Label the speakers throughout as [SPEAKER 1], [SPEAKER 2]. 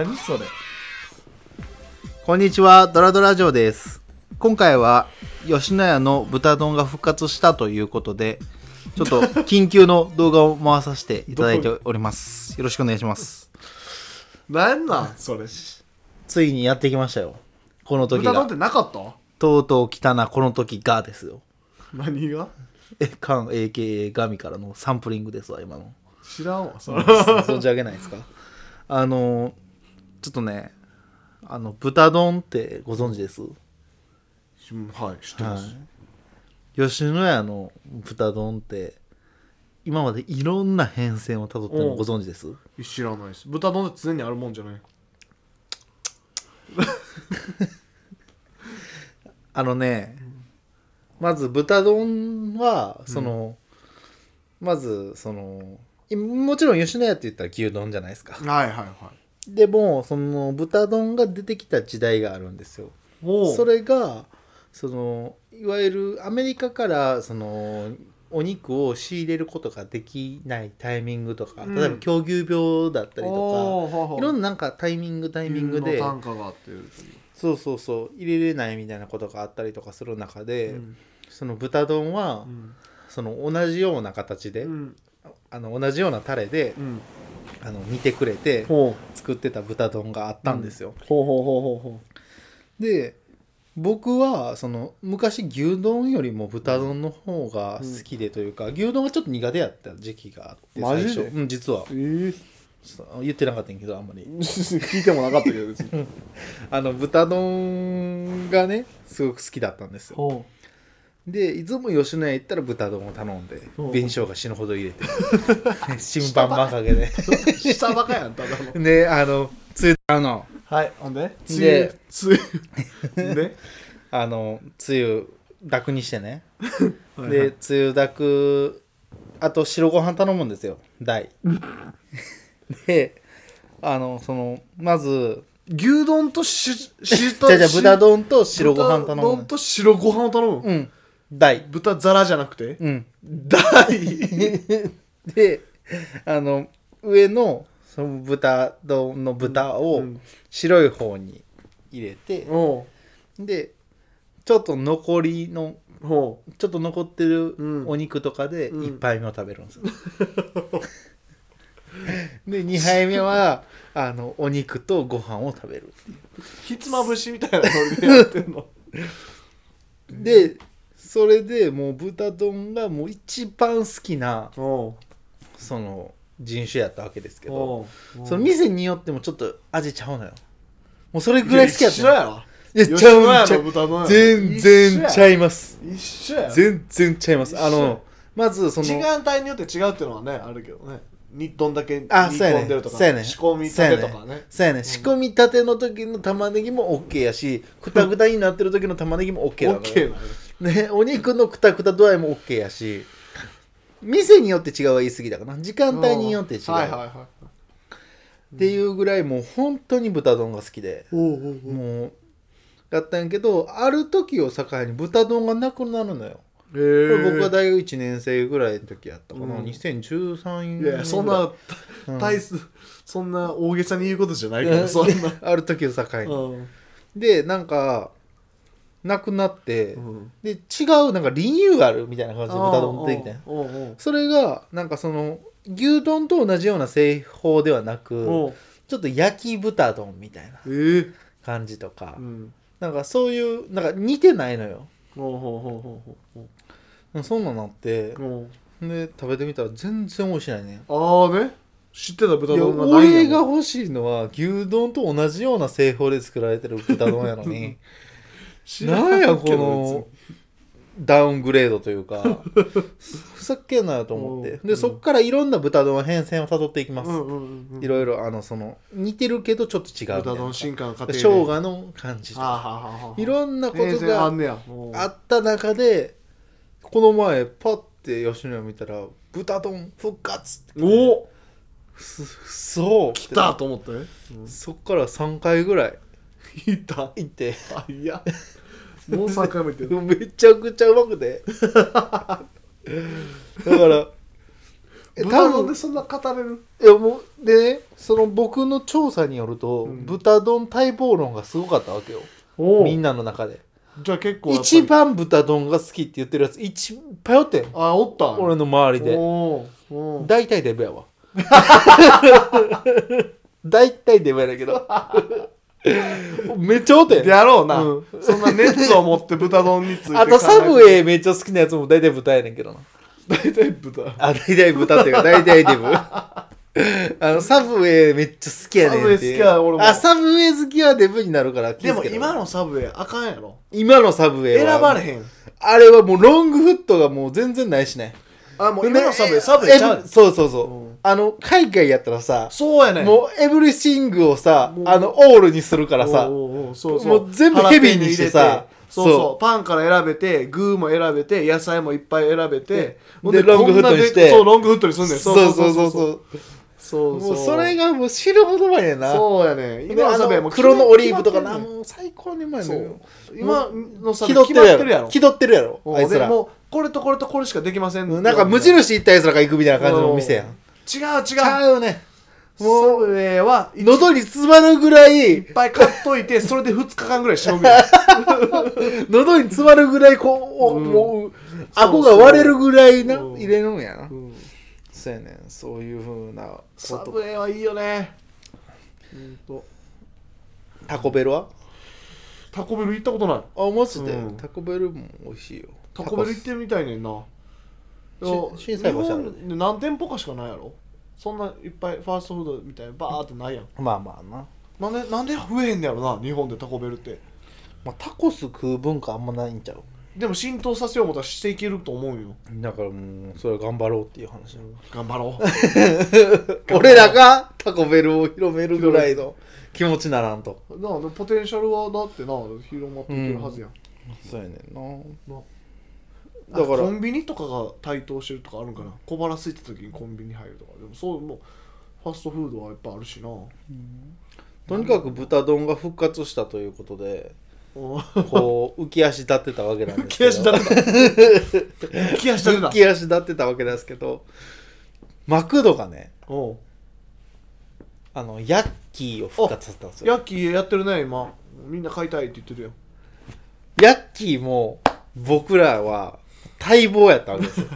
[SPEAKER 1] 何それ
[SPEAKER 2] こんにちは、ドラドラジオです。今回は、吉野家の豚丼が復活したということで、ちょっ と緊急の動画を回させていただいております。よろしくお願いします。
[SPEAKER 1] 何なん それ
[SPEAKER 2] ついにやってきましたよ。この時
[SPEAKER 1] 豚丼
[SPEAKER 2] が
[SPEAKER 1] っ。てなかった
[SPEAKER 2] とうとう来たな、この時がですよ。
[SPEAKER 1] 何が
[SPEAKER 2] え、カン、AKA ガミからのサンプリングですわ、今の。
[SPEAKER 1] 知らんわ それ
[SPEAKER 2] 存じ上げないですかあの、ちょっとね、あの、豚丼ってご存知です
[SPEAKER 1] うんはい知ってます、
[SPEAKER 2] はい吉野家の豚丼って今までいろんな変遷をたどってもご存知です
[SPEAKER 1] 知らないです豚丼って常にあるもんじゃない
[SPEAKER 2] あのねまず豚丼はその、まずそのいもちろん吉野家って言ったら牛丼じゃないですか
[SPEAKER 1] はいはいはい
[SPEAKER 2] でもその豚丼が出てきた時代があるんですよ
[SPEAKER 1] おう
[SPEAKER 2] それがそのいわゆるアメリカからそのお肉を仕入れることができないタイミングとか、
[SPEAKER 1] うん
[SPEAKER 2] 例えば狂牛病だったりとかいろん
[SPEAKER 1] な
[SPEAKER 2] ななんかタイミングタイミング
[SPEAKER 1] 牛
[SPEAKER 2] で
[SPEAKER 1] の単価があっていう
[SPEAKER 2] そうそうそう入れれないみたいなことがあったりとかする中で、
[SPEAKER 1] うん
[SPEAKER 2] その豚丼は、
[SPEAKER 1] うん
[SPEAKER 2] その同じような形で、
[SPEAKER 1] うん
[SPEAKER 2] あの同じようなタレで
[SPEAKER 1] う、ん
[SPEAKER 2] あの煮てくれて
[SPEAKER 1] ほ
[SPEAKER 2] 作ってた豚丼があったんですよ。
[SPEAKER 1] うほうほうほうほうほ
[SPEAKER 2] で僕はその昔牛丼よりも豚丼の方が好きでというか、牛丼がちょっと苦手やった時期があって
[SPEAKER 1] マジで
[SPEAKER 2] うん、実
[SPEAKER 1] う
[SPEAKER 2] は
[SPEAKER 1] ええ
[SPEAKER 2] ちょっと言ってなかったんやけどあんまり
[SPEAKER 1] 聞いてもなかったけど別に
[SPEAKER 2] あの豚丼がねすごく好きだったんです よ
[SPEAKER 1] ほ
[SPEAKER 2] でいつも吉野家行ったら豚丼を頼んで
[SPEAKER 1] ほう
[SPEAKER 2] 紅生姜死ぬほど入れて 新版まかげで
[SPEAKER 1] う下バカやんただの
[SPEAKER 2] であのつゆあの
[SPEAKER 1] はいほんでつゆ
[SPEAKER 2] で
[SPEAKER 1] つゆ で
[SPEAKER 2] あのつゆだくにしてね
[SPEAKER 1] はいはい
[SPEAKER 2] でつゆだくあと白ご飯頼むんですよ 大であのそのまず
[SPEAKER 1] 牛丼とし し
[SPEAKER 2] じゃあじゃあ豚
[SPEAKER 1] 丼
[SPEAKER 2] 丼と白ご飯
[SPEAKER 1] 豚
[SPEAKER 2] 頼む
[SPEAKER 1] 丼と白ご飯を頼む、
[SPEAKER 2] うん大
[SPEAKER 1] 豚ザラじゃなくて
[SPEAKER 2] うん
[SPEAKER 1] 大
[SPEAKER 2] であの上のその豚丼の豚を
[SPEAKER 1] うん
[SPEAKER 2] 白い方に入れて、
[SPEAKER 1] お
[SPEAKER 2] でちょっと残りの
[SPEAKER 1] うお
[SPEAKER 2] ちょっと残ってる
[SPEAKER 1] うん
[SPEAKER 2] お肉とかで
[SPEAKER 1] うん
[SPEAKER 2] 1杯目を食べるん ですよ、で2杯目はあのお肉とご飯を食べる
[SPEAKER 1] うひつまぶしみたいなノリでやってん の
[SPEAKER 2] でそれでもう豚丼がもう一番好きな
[SPEAKER 1] お
[SPEAKER 2] その人種やったわけですけ
[SPEAKER 1] う
[SPEAKER 2] ど
[SPEAKER 1] おう
[SPEAKER 2] その店によってもちょっと味ちゃうのよもうそれぐらい好きやった
[SPEAKER 1] 一緒
[SPEAKER 2] の
[SPEAKER 1] やろ
[SPEAKER 2] いやち
[SPEAKER 1] 吉
[SPEAKER 2] ゃ
[SPEAKER 1] 野
[SPEAKER 2] うんち
[SPEAKER 1] 家
[SPEAKER 2] ゃ
[SPEAKER 1] の
[SPEAKER 2] う
[SPEAKER 1] 豚丼やろ
[SPEAKER 2] 全然ちゃいます
[SPEAKER 1] 一緒やろ
[SPEAKER 2] 全然ちゃいますあ
[SPEAKER 1] 一緒や
[SPEAKER 2] のまずその
[SPEAKER 1] 時間帯によって違うっていうのはねあるけどねにどんだけ煮
[SPEAKER 2] あそうやね
[SPEAKER 1] 込んでるとか、
[SPEAKER 2] そうやね
[SPEAKER 1] 仕込みたてとかね
[SPEAKER 2] そうやね、仕込みたての時の玉ねぎも OK やしくたくたになってる時の玉ねぎも OK だ
[SPEAKER 1] オ
[SPEAKER 2] か
[SPEAKER 1] ッケー
[SPEAKER 2] ら、
[SPEAKER 1] なのよ
[SPEAKER 2] ね、お肉のくたくた度合いも OK やし店によって違うは言い過ぎだからな時間帯によって違う、
[SPEAKER 1] はいはいはい
[SPEAKER 2] っていうぐらいもう本当に豚丼が好きで、
[SPEAKER 1] おうおうおう
[SPEAKER 2] もうやったんやけどある時を境に豚丼がなくなるのよ
[SPEAKER 1] へ
[SPEAKER 2] これ
[SPEAKER 1] ー
[SPEAKER 2] 僕が大学1年生ぐらいの時やったかな、
[SPEAKER 1] うん
[SPEAKER 2] 2013年
[SPEAKER 1] い
[SPEAKER 2] ぐら
[SPEAKER 1] やいやそんな大す、そんな大げさに言うことじゃないから、
[SPEAKER 2] うん
[SPEAKER 1] そんな、
[SPEAKER 2] ある時を境に、
[SPEAKER 1] うん
[SPEAKER 2] でなんかなくなって、
[SPEAKER 1] うん、
[SPEAKER 2] で違うなんかリニューアルみたいな感じで豚丼出てきたんや
[SPEAKER 1] おうおう
[SPEAKER 2] それがなんかその牛丼と同じような製法ではな
[SPEAKER 1] おう
[SPEAKER 2] く
[SPEAKER 1] おう
[SPEAKER 2] ちょっと焼き豚丼みたいな
[SPEAKER 1] えー
[SPEAKER 2] 感じとか、
[SPEAKER 1] うん、
[SPEAKER 2] なんかそういうなんか似てないのよ
[SPEAKER 1] おうおうおうおうおう
[SPEAKER 2] そんなのあって
[SPEAKER 1] おう
[SPEAKER 2] で食べてみたら全然美味しないね
[SPEAKER 1] ああね知ってた
[SPEAKER 2] い
[SPEAKER 1] 豚
[SPEAKER 2] や
[SPEAKER 1] 丼がない
[SPEAKER 2] 俺が
[SPEAKER 1] やもん
[SPEAKER 2] 欲しいのは牛丼と同じような製法で作られてる豚丼やの に
[SPEAKER 1] 知ら
[SPEAKER 2] なんや
[SPEAKER 1] ん
[SPEAKER 2] こ
[SPEAKER 1] けど
[SPEAKER 2] のダウングレードとい うかふざけんなよと思って
[SPEAKER 1] うん
[SPEAKER 2] でそっからいろんな豚丼の変遷をたどっていきま
[SPEAKER 1] 別
[SPEAKER 2] す、
[SPEAKER 1] にうんうんうん
[SPEAKER 2] いろいろあのその似てるけどちょっと違うみたいな
[SPEAKER 1] 豚丼進化の過程
[SPEAKER 2] 生
[SPEAKER 1] で
[SPEAKER 2] 姜の感じと
[SPEAKER 1] あー
[SPEAKER 2] か
[SPEAKER 1] はーはーはー
[SPEAKER 2] いろんなこ
[SPEAKER 1] 平
[SPEAKER 2] と
[SPEAKER 1] 成あん
[SPEAKER 2] が
[SPEAKER 1] ねやおう
[SPEAKER 2] あった中でこの前パッて吉野家見たら「豚丼復活!」って
[SPEAKER 1] おお
[SPEAKER 2] そう
[SPEAKER 1] 来たと思って
[SPEAKER 2] そっから3回ぐらい
[SPEAKER 1] 来た
[SPEAKER 2] 行って
[SPEAKER 1] あいやもう3回目言ってる
[SPEAKER 2] めちゃくちゃうまくてだからえ
[SPEAKER 1] 豚
[SPEAKER 2] 多
[SPEAKER 1] 丼
[SPEAKER 2] 分
[SPEAKER 1] でそんな語れる
[SPEAKER 2] いやもうでねその僕の調査によると、
[SPEAKER 1] うん
[SPEAKER 2] 豚丼待望論がすごかったわけよ
[SPEAKER 1] お
[SPEAKER 2] みんなの中で
[SPEAKER 1] じゃあ結構やっぱり
[SPEAKER 2] 一番豚丼が好きって言ってるやつ一ぱよってん
[SPEAKER 1] あおった
[SPEAKER 2] 俺の周りで
[SPEAKER 1] おーおー
[SPEAKER 2] 大体デブ やわ大体デブやだけど めっちゃおってん
[SPEAKER 1] でやろうな、
[SPEAKER 2] うん
[SPEAKER 1] そんな熱を持って豚丼について考え
[SPEAKER 2] あ
[SPEAKER 1] て
[SPEAKER 2] とサブウェイめっちゃ好きなやつも大体豚やねんけどな
[SPEAKER 1] 大体豚
[SPEAKER 2] あ大体豚っていうか大体デブ あのサブウェイめっちゃ好きやねんってい
[SPEAKER 1] サブウェイ好
[SPEAKER 2] う
[SPEAKER 1] きや俺も
[SPEAKER 2] あサブウェイ好きはデブになるから気
[SPEAKER 1] で
[SPEAKER 2] ぃつ
[SPEAKER 1] も
[SPEAKER 2] けた
[SPEAKER 1] 今のサブウェイあかんやろ
[SPEAKER 2] 今のサブウェイ
[SPEAKER 1] 選
[SPEAKER 2] は
[SPEAKER 1] ばれへん
[SPEAKER 2] あれはもうロングフットがもう全然ないしね
[SPEAKER 1] あもう今のサブウェイ
[SPEAKER 2] で
[SPEAKER 1] サブウェイちゃ
[SPEAKER 2] え
[SPEAKER 1] う
[SPEAKER 2] そうそうそう、
[SPEAKER 1] うん
[SPEAKER 2] あの海外やったらさ
[SPEAKER 1] そうやねん
[SPEAKER 2] もうエブリシングをさ
[SPEAKER 1] もう
[SPEAKER 2] あのオールにするからさ
[SPEAKER 1] おうおうおうそうそう
[SPEAKER 2] もう全部ヘビーにしてさ
[SPEAKER 1] 腹ペンに入れてそうそう
[SPEAKER 2] そ
[SPEAKER 1] パンから選べて具も選べて野菜もいっぱい選べてほん
[SPEAKER 2] でロングフットにし
[SPEAKER 1] こ
[SPEAKER 2] て
[SPEAKER 1] んなでそうロングフットにすんねん
[SPEAKER 2] そうそうそうそう
[SPEAKER 1] そうそう
[SPEAKER 2] もうそれ
[SPEAKER 1] が
[SPEAKER 2] がもう知るほどうまいねんな
[SPEAKER 1] そうやねん今のサブウェイ
[SPEAKER 2] あ
[SPEAKER 1] も
[SPEAKER 2] の黒のオリーブとかな
[SPEAKER 1] 決まってんねん
[SPEAKER 2] もう最高にうまいのよ
[SPEAKER 1] そう今のサ
[SPEAKER 2] 気
[SPEAKER 1] ブウ
[SPEAKER 2] 取
[SPEAKER 1] ェイ
[SPEAKER 2] っ
[SPEAKER 1] 決ま
[SPEAKER 2] て
[SPEAKER 1] って
[SPEAKER 2] る
[SPEAKER 1] るや
[SPEAKER 2] やろ
[SPEAKER 1] ろ
[SPEAKER 2] 気取ってるやろ
[SPEAKER 1] おう
[SPEAKER 2] あいつ
[SPEAKER 1] で
[SPEAKER 2] ら
[SPEAKER 1] もうこれとこれとこれしかできません
[SPEAKER 2] なんか無印行ったやつらが行くみたいな感じのお店やん
[SPEAKER 1] 違う違
[SPEAKER 2] ちゃ
[SPEAKER 1] う
[SPEAKER 2] うよね
[SPEAKER 1] サ
[SPEAKER 2] もう
[SPEAKER 1] ブウェイは
[SPEAKER 2] 喉に詰まるぐらい
[SPEAKER 1] いっぱい買っといてそれで2日間ぐらいしのぐ らい
[SPEAKER 2] 喉に詰まるぐらいこう、
[SPEAKER 1] うん
[SPEAKER 2] もう
[SPEAKER 1] そう
[SPEAKER 2] 顎が割れるぐらいな
[SPEAKER 1] うん
[SPEAKER 2] 入れるんやな、
[SPEAKER 1] うん
[SPEAKER 2] そうやねんそういうふうなこ
[SPEAKER 1] サブ
[SPEAKER 2] と
[SPEAKER 1] ウェイはいいよねほんと
[SPEAKER 2] タコベルは
[SPEAKER 1] タコベル行ったことない
[SPEAKER 2] あマジで、
[SPEAKER 1] うん
[SPEAKER 2] タコベルも美味しいよ
[SPEAKER 1] タコベル行ってみたいねんな
[SPEAKER 2] し
[SPEAKER 1] いや
[SPEAKER 2] 新細胞
[SPEAKER 1] 日
[SPEAKER 2] しある
[SPEAKER 1] 本で何店舗かしかないやろそんないっぱいファーストフードみたいにバーってないやん
[SPEAKER 2] まあまあな、
[SPEAKER 1] なんでなんで増えへんねやろな日本でタコベルって
[SPEAKER 2] まあ、タコス食う文化あんまないんちゃう
[SPEAKER 1] でも浸透させよう思ったらしていけると思うよ
[SPEAKER 2] だからもうそれは頑張ろうっていう話なの
[SPEAKER 1] 頑張ろ
[SPEAKER 2] 俺らがタコベルを広めるぐらいの気持ちならんと
[SPEAKER 1] うなあでもポテンシャルはだってな広まっていけるはずやん、
[SPEAKER 2] そうやねんな
[SPEAKER 1] な
[SPEAKER 2] だから
[SPEAKER 1] あコンビニとかが台頭してるとかあるんかな小腹空いた時にコンビニ入るとかでもそうもうファストフードはいっぱいあるしな
[SPEAKER 2] とにかく豚丼が復活したということで
[SPEAKER 1] うん
[SPEAKER 2] こう浮き足立ってたわけなんで す
[SPEAKER 1] 気足立ってた 気足立ってた
[SPEAKER 2] 浮き足立ってたわけですけどマクドがね
[SPEAKER 1] おう
[SPEAKER 2] あのヤッキーを復活させたんですよ
[SPEAKER 1] ヤッキーやってるね今みんな買いたいって言ってるよ
[SPEAKER 2] ヤッキーも僕らは待望やったわ けですよ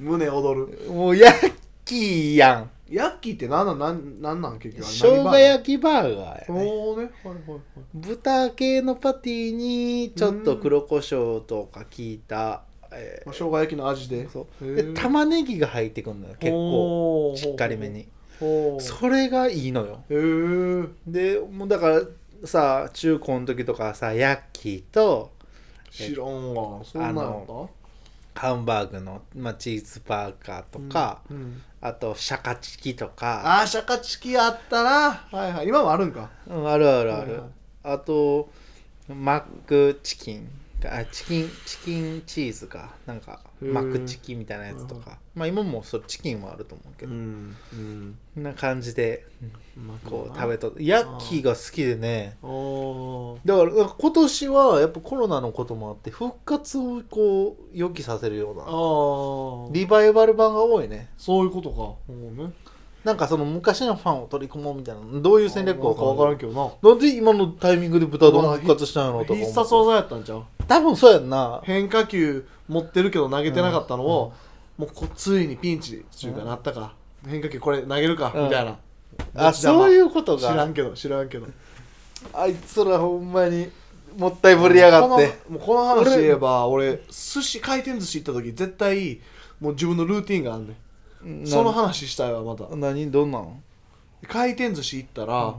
[SPEAKER 1] 胸躍る
[SPEAKER 2] もうヤッキーやん
[SPEAKER 1] ヤッキーって何なんなんなんなん結局
[SPEAKER 2] 生姜焼きバ
[SPEAKER 1] き
[SPEAKER 2] ーガーやね
[SPEAKER 1] そうねはいはいはい
[SPEAKER 2] 豚系のパティにちょっと黒胡椒とか効いた、え
[SPEAKER 1] まあ生姜焼きの味で
[SPEAKER 2] ーそう
[SPEAKER 1] へ
[SPEAKER 2] で
[SPEAKER 1] ー
[SPEAKER 2] 玉ねぎが入ってくるのよ結構
[SPEAKER 1] ほう
[SPEAKER 2] しっかりめに
[SPEAKER 1] ほうほ
[SPEAKER 2] それがいいのよ
[SPEAKER 1] うへー
[SPEAKER 2] でもうだからさ中高の時とかさヤッキーと
[SPEAKER 1] 知らんわそんなんやっ
[SPEAKER 2] ハンバーグの、まあ、チーズバーガーと
[SPEAKER 1] た
[SPEAKER 2] か、
[SPEAKER 1] うんうん
[SPEAKER 2] あとシャカチキとか
[SPEAKER 1] あーシャカチキあったなはいはい今もあるんか
[SPEAKER 2] あ,、うん、あるあるあ
[SPEAKER 1] はい
[SPEAKER 2] る
[SPEAKER 1] はい
[SPEAKER 2] あとマックチキンあチキンチキンチーズかなんか
[SPEAKER 1] へー
[SPEAKER 2] マックチキンみたいなやつとかまあ今もそれチキンはあると思うけど、
[SPEAKER 1] んうん
[SPEAKER 2] こんな感じでこう食べ
[SPEAKER 1] て
[SPEAKER 2] とヤッキーが好きでね
[SPEAKER 1] おー
[SPEAKER 2] だからなんか今年はやっぱコロナのこともあって復活をこう予期させるような
[SPEAKER 1] ああ
[SPEAKER 2] リバイバル版が多いね
[SPEAKER 1] そういうことかもうね
[SPEAKER 2] なんかその昔のファンを取り込もうみたいなどういう戦略
[SPEAKER 1] か分
[SPEAKER 2] か分
[SPEAKER 1] か
[SPEAKER 2] からら
[SPEAKER 1] ん
[SPEAKER 2] ん
[SPEAKER 1] けどな
[SPEAKER 2] なんで今のタイミングで豚丼復活したんやろうとか
[SPEAKER 1] 必
[SPEAKER 2] 思
[SPEAKER 1] 殺
[SPEAKER 2] って
[SPEAKER 1] 技やったんちゃう
[SPEAKER 2] 多分そうやんな
[SPEAKER 1] 変化球持ってるけど投げてなかったのを、もうこついにピンチ中華なったか、変化球これ投げるか、
[SPEAKER 2] うん
[SPEAKER 1] みたいな
[SPEAKER 2] あそういううこと
[SPEAKER 1] 知ら
[SPEAKER 2] が
[SPEAKER 1] んけど知らんけど
[SPEAKER 2] あいつらほんまにもったいぶりやがって
[SPEAKER 1] このもうこの話言えば俺寿司回転寿司行った時絶対もう自分のルーティンがあんねん
[SPEAKER 2] な
[SPEAKER 1] その話したいわまた
[SPEAKER 2] 何どんなの
[SPEAKER 1] 回転寿司行ったら、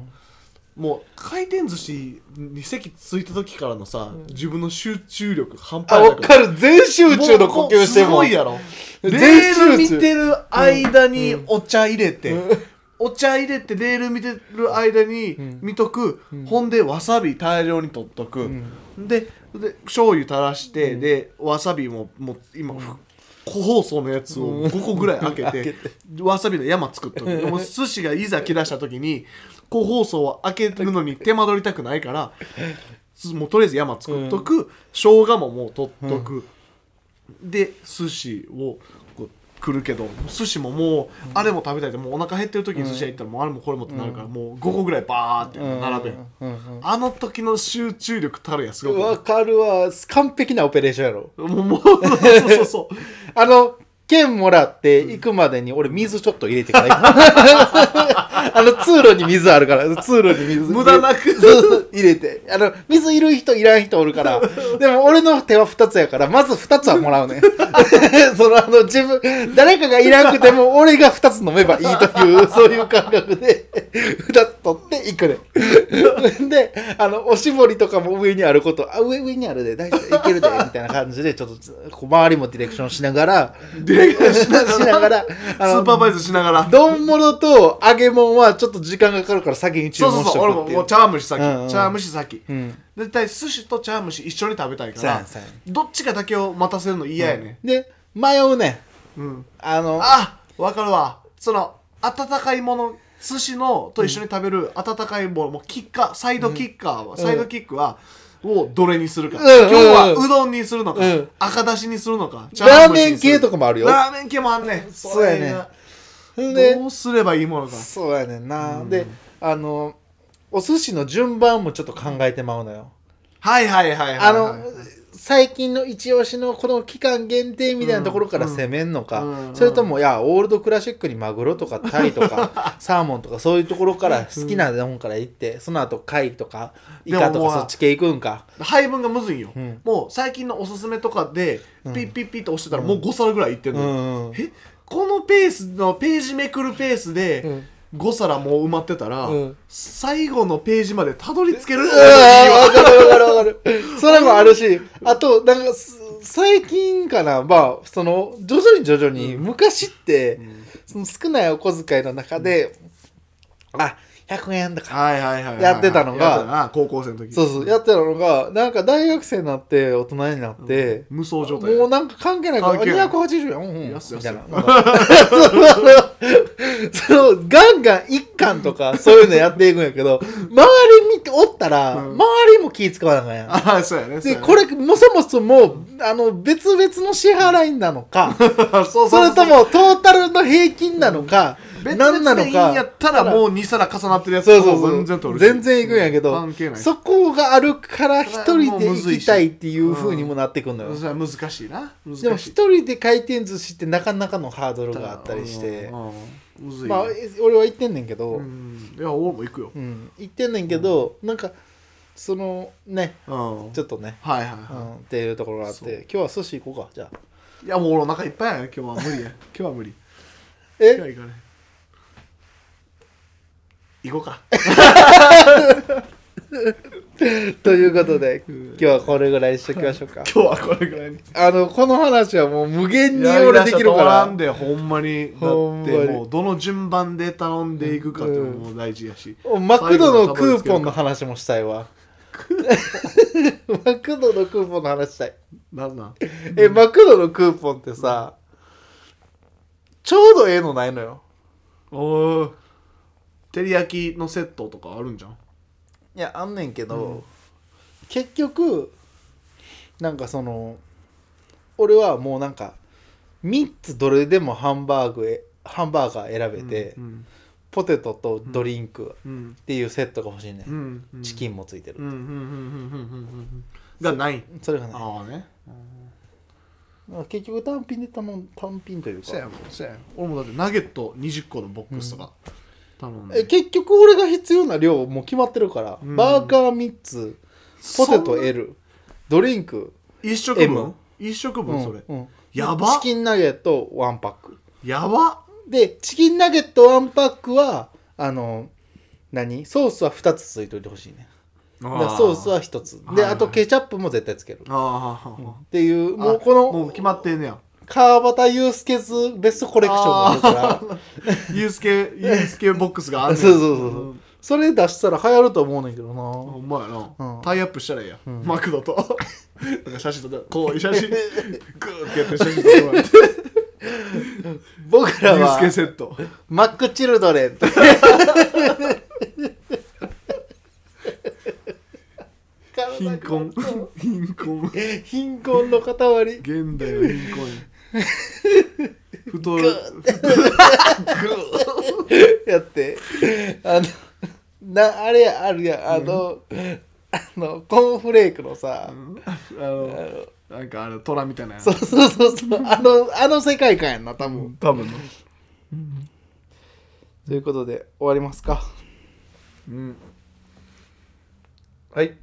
[SPEAKER 1] もう回転寿司に席ついた時からのさ、自分の集中力半
[SPEAKER 2] あ
[SPEAKER 1] 端な
[SPEAKER 2] 分
[SPEAKER 1] く
[SPEAKER 2] かる全集中の呼吸しても
[SPEAKER 1] うすごいやろレ
[SPEAKER 2] 全集中
[SPEAKER 1] ール見てる間にお茶入れて、お茶入れてレール見てる間に
[SPEAKER 2] ん
[SPEAKER 1] 見とく、ほんでわさび大量に取っとく、でで醤油垂らして、でわさびももう今、個包装のやつを5個ぐらい開 けて,、わさびの山作っとくでも寿司がいざ切らした時に個包装を開けるのに手間取りたくない からつもうとりあえず山作っとく、生姜ももう取っとく、で寿司をこう来るけど寿司ももう、あれも食べたいってもうお腹減ってる時に寿司屋行ったらもうあれもこれもってなるから、もう5個ぐらいバーって並べる、
[SPEAKER 2] うんうん
[SPEAKER 1] あの時の集中力たるやすご
[SPEAKER 2] うん
[SPEAKER 1] くない
[SPEAKER 2] わかるわ完璧なオペレーションやろ
[SPEAKER 1] もうもうそうそうそう
[SPEAKER 2] あの券もらって行くまでに俺水ちょっと入れてから 行くあの通路に水あるから通路に水
[SPEAKER 1] 無駄なく
[SPEAKER 2] そう入れてあの水いる人いらん人おるからでも俺の手は2つやからまず2つはもらうね そのあの自分誰かがいらんくても俺が2つ飲めばいいというそういう感覚で2つ取っていくねであのおしぼりとかも上にあることあ上上にあるで大丈夫いけるでみたいな感じでちょっとこう周りもディレクションしながら
[SPEAKER 1] でかいし
[SPEAKER 2] しながら
[SPEAKER 1] ス
[SPEAKER 2] あ
[SPEAKER 1] ー
[SPEAKER 2] の
[SPEAKER 1] パーバイズしながら
[SPEAKER 2] 丼物と揚げ物はちょっと時間がかかるから先に注
[SPEAKER 1] そうそう
[SPEAKER 2] 文し
[SPEAKER 1] そ
[SPEAKER 2] と
[SPEAKER 1] う
[SPEAKER 2] く
[SPEAKER 1] 俺
[SPEAKER 2] っ
[SPEAKER 1] も
[SPEAKER 2] てい
[SPEAKER 1] もう茶碗蒸し先、
[SPEAKER 2] うんうん
[SPEAKER 1] 茶碗蒸し先、
[SPEAKER 2] うん
[SPEAKER 1] 絶対寿司と茶碗蒸し一緒に食べたいか
[SPEAKER 2] そうや
[SPEAKER 1] ら
[SPEAKER 2] ねそうやね
[SPEAKER 1] どっちかだけを待たせるの嫌やね、
[SPEAKER 2] で迷うねん
[SPEAKER 1] うん、
[SPEAKER 2] あの
[SPEAKER 1] あわかるわその温かいもの寿司のと一緒に食べる温かいものもうキッカーサイドキッカーは、サイドキックはをどれにするか、
[SPEAKER 2] うんうんう
[SPEAKER 1] 今
[SPEAKER 2] ん
[SPEAKER 1] 日はうどんにするのか、
[SPEAKER 2] うん
[SPEAKER 1] 赤だしにするのか
[SPEAKER 2] ラーメン系とか
[SPEAKER 1] も
[SPEAKER 2] もあるよ
[SPEAKER 1] ラーメン系もあんねん
[SPEAKER 2] そうやねんほ
[SPEAKER 1] それ
[SPEAKER 2] ん
[SPEAKER 1] が
[SPEAKER 2] で
[SPEAKER 1] どうすればいいものか
[SPEAKER 2] そうやねんな、であのお寿司の順番もちょっと考えてまうのよ、
[SPEAKER 1] はいはいはいはいはい
[SPEAKER 2] あの、最近の一押しのこの期間限定みたいなところから攻めんのか、
[SPEAKER 1] うんうん
[SPEAKER 2] それともいやオールドクラシックにマグロとかタイと かサーモンとかそういうところから好きなもんから行ってその後貝とかイカ
[SPEAKER 1] で
[SPEAKER 2] と
[SPEAKER 1] も
[SPEAKER 2] か
[SPEAKER 1] まあ
[SPEAKER 2] そっち系行くんか
[SPEAKER 1] 配分がむずいんよ、
[SPEAKER 2] うん
[SPEAKER 1] もう最近のおすすめとかでピ
[SPEAKER 2] うん
[SPEAKER 1] ッピッピッと押してたらもう5皿ぐらいいってる
[SPEAKER 2] う
[SPEAKER 1] のよ、
[SPEAKER 2] んうん
[SPEAKER 1] えこのペースのページめくるペースで、
[SPEAKER 2] うん
[SPEAKER 1] 5皿もう埋まってたら、
[SPEAKER 2] うん
[SPEAKER 1] 最後のページまでたどり着ける、
[SPEAKER 2] うわーわかるわかるわかる。それもあるし、あと、なんかす、最近かな、まあ、その、徐々に徐々に、昔って、その少ないお小遣いの中で、あ、100円とか、
[SPEAKER 1] はいはいはいはい
[SPEAKER 2] やってたのが
[SPEAKER 1] やってたな高校生の時
[SPEAKER 2] そうそう、やってたのが、なんか大学生になって、大人になって、
[SPEAKER 1] 無双状態
[SPEAKER 2] もうなんか関係ないから、
[SPEAKER 1] 関係ない
[SPEAKER 2] 280円、うんうん、
[SPEAKER 1] 安い
[SPEAKER 2] みたいな。なんかその、ガンガン一貫とか、そういうのやっていくんやけど、周り見ておったら、
[SPEAKER 1] うん
[SPEAKER 2] 周りも気使わなあかんやん。
[SPEAKER 1] ああそうやねそう
[SPEAKER 2] で
[SPEAKER 1] やね
[SPEAKER 2] これもそもそもあの別々の支払いなのか
[SPEAKER 1] そうそう
[SPEAKER 2] そ
[SPEAKER 1] そう
[SPEAKER 2] れともトータルの平均なのか
[SPEAKER 1] 別
[SPEAKER 2] 何
[SPEAKER 1] 々
[SPEAKER 2] なの
[SPEAKER 1] でいいんや
[SPEAKER 2] か
[SPEAKER 1] ったらもう2皿重なってるやつ
[SPEAKER 2] そうそうそう
[SPEAKER 1] も全然取るし
[SPEAKER 2] 全然いくんやけど
[SPEAKER 1] 関係ない
[SPEAKER 2] そこがあるから一人で
[SPEAKER 1] もうむず
[SPEAKER 2] 行
[SPEAKER 1] い
[SPEAKER 2] き
[SPEAKER 1] した
[SPEAKER 2] いっていうふうにもなってくるのよ
[SPEAKER 1] それは難しいな難しい
[SPEAKER 2] でも一人で回転寿司ってなかなかのハードルがあったりして
[SPEAKER 1] うんうんむずい
[SPEAKER 2] まあえ俺は行ってんねんけど、う
[SPEAKER 1] うんんいや俺も行くよ
[SPEAKER 2] 行ってんねんけど、なんかそのね
[SPEAKER 1] うん
[SPEAKER 2] ちょっとね、
[SPEAKER 1] はいはいうは
[SPEAKER 2] ん、っていうところがあっ
[SPEAKER 1] そう
[SPEAKER 2] て今日は寿司行こうかじゃあ
[SPEAKER 1] いいやもう俺お腹いっぱいやね今日は無 理や今日は無理
[SPEAKER 2] え
[SPEAKER 1] 今日は行かない行こうか
[SPEAKER 2] ということで今日はこれぐらいにしときましょうか
[SPEAKER 1] 今日はこれぐらいに
[SPEAKER 2] あのこの話はもう無限に
[SPEAKER 1] やり
[SPEAKER 2] 俺
[SPEAKER 1] だ
[SPEAKER 2] で
[SPEAKER 1] した
[SPEAKER 2] き
[SPEAKER 1] ら
[SPEAKER 2] る
[SPEAKER 1] 止
[SPEAKER 2] か
[SPEAKER 1] まら
[SPEAKER 2] ら
[SPEAKER 1] んでほんまにだって
[SPEAKER 2] ほんまに
[SPEAKER 1] もうどの順番で頼んでいくかっていうのも大事やし、
[SPEAKER 2] マクドのクーポンの話もしたいわマクドのクーポンの話したい
[SPEAKER 1] なんなん
[SPEAKER 2] えマクドのクーポンってさちょうどええのないのよ
[SPEAKER 1] おー照り焼きのセットとかあるんじゃん
[SPEAKER 2] いやあんねんけど、結局なんかその俺はもうなんか3つどれでもハンバーグへハンバーガー選べて、
[SPEAKER 1] うん
[SPEAKER 2] ポテトとドリンク
[SPEAKER 1] うん
[SPEAKER 2] っていうセットが欲しいね、
[SPEAKER 1] うんうん
[SPEAKER 2] チキンもついてる、
[SPEAKER 1] うんうんうんうんうんうんうんがない
[SPEAKER 2] それがない
[SPEAKER 1] ああね
[SPEAKER 2] 結局単品で頼む単品という
[SPEAKER 1] そうや
[SPEAKER 2] か
[SPEAKER 1] もんそうやもん俺もだってナゲット20個のボックスとか頼んで、
[SPEAKER 2] え結局俺が必要な量もう決まってるから、
[SPEAKER 1] うん
[SPEAKER 2] バーガー3つポテト
[SPEAKER 1] そんな
[SPEAKER 2] L ドリンク、
[SPEAKER 1] 一食
[SPEAKER 2] M
[SPEAKER 1] 分一食分それ、
[SPEAKER 2] うんうん
[SPEAKER 1] やば
[SPEAKER 2] チキンナゲットワンパック
[SPEAKER 1] やば
[SPEAKER 2] でチキンナゲットワンパックはあの何ソースは2つついといてほしいねだからソースは1つ
[SPEAKER 1] はい
[SPEAKER 2] で
[SPEAKER 1] はい
[SPEAKER 2] あとケチャップも絶対つける、
[SPEAKER 1] あーあーあー
[SPEAKER 2] っていうもう
[SPEAKER 1] あ
[SPEAKER 2] この
[SPEAKER 1] もう決まってんねや
[SPEAKER 2] 川端祐介ズベストコレクションもあるから
[SPEAKER 1] ユー スケユースケボックスがある
[SPEAKER 2] そうそうそうそうそれ出したら流行ると思うねんけど
[SPEAKER 1] ほ
[SPEAKER 2] なん
[SPEAKER 1] まやな、
[SPEAKER 2] うん
[SPEAKER 1] タイアップしたらええや、ん、マクドとなんか写真撮ってこういう写 真グーってやって写真撮ってもらって
[SPEAKER 2] 僕ら
[SPEAKER 1] ユースケ
[SPEAKER 2] は
[SPEAKER 1] セット
[SPEAKER 2] マックチルドレン
[SPEAKER 1] 貧困 貧困
[SPEAKER 2] 貧困の塊
[SPEAKER 1] 現代は貧困や太る
[SPEAKER 2] グやってあのなあれあるやんあの、あのコーンフレークのさ、
[SPEAKER 1] あのなんかあの虎みたいなやつ
[SPEAKER 2] そうそうそうそうあのあの世界観やんな多分、
[SPEAKER 1] 多分の
[SPEAKER 2] ということで終わりますか
[SPEAKER 1] うんはい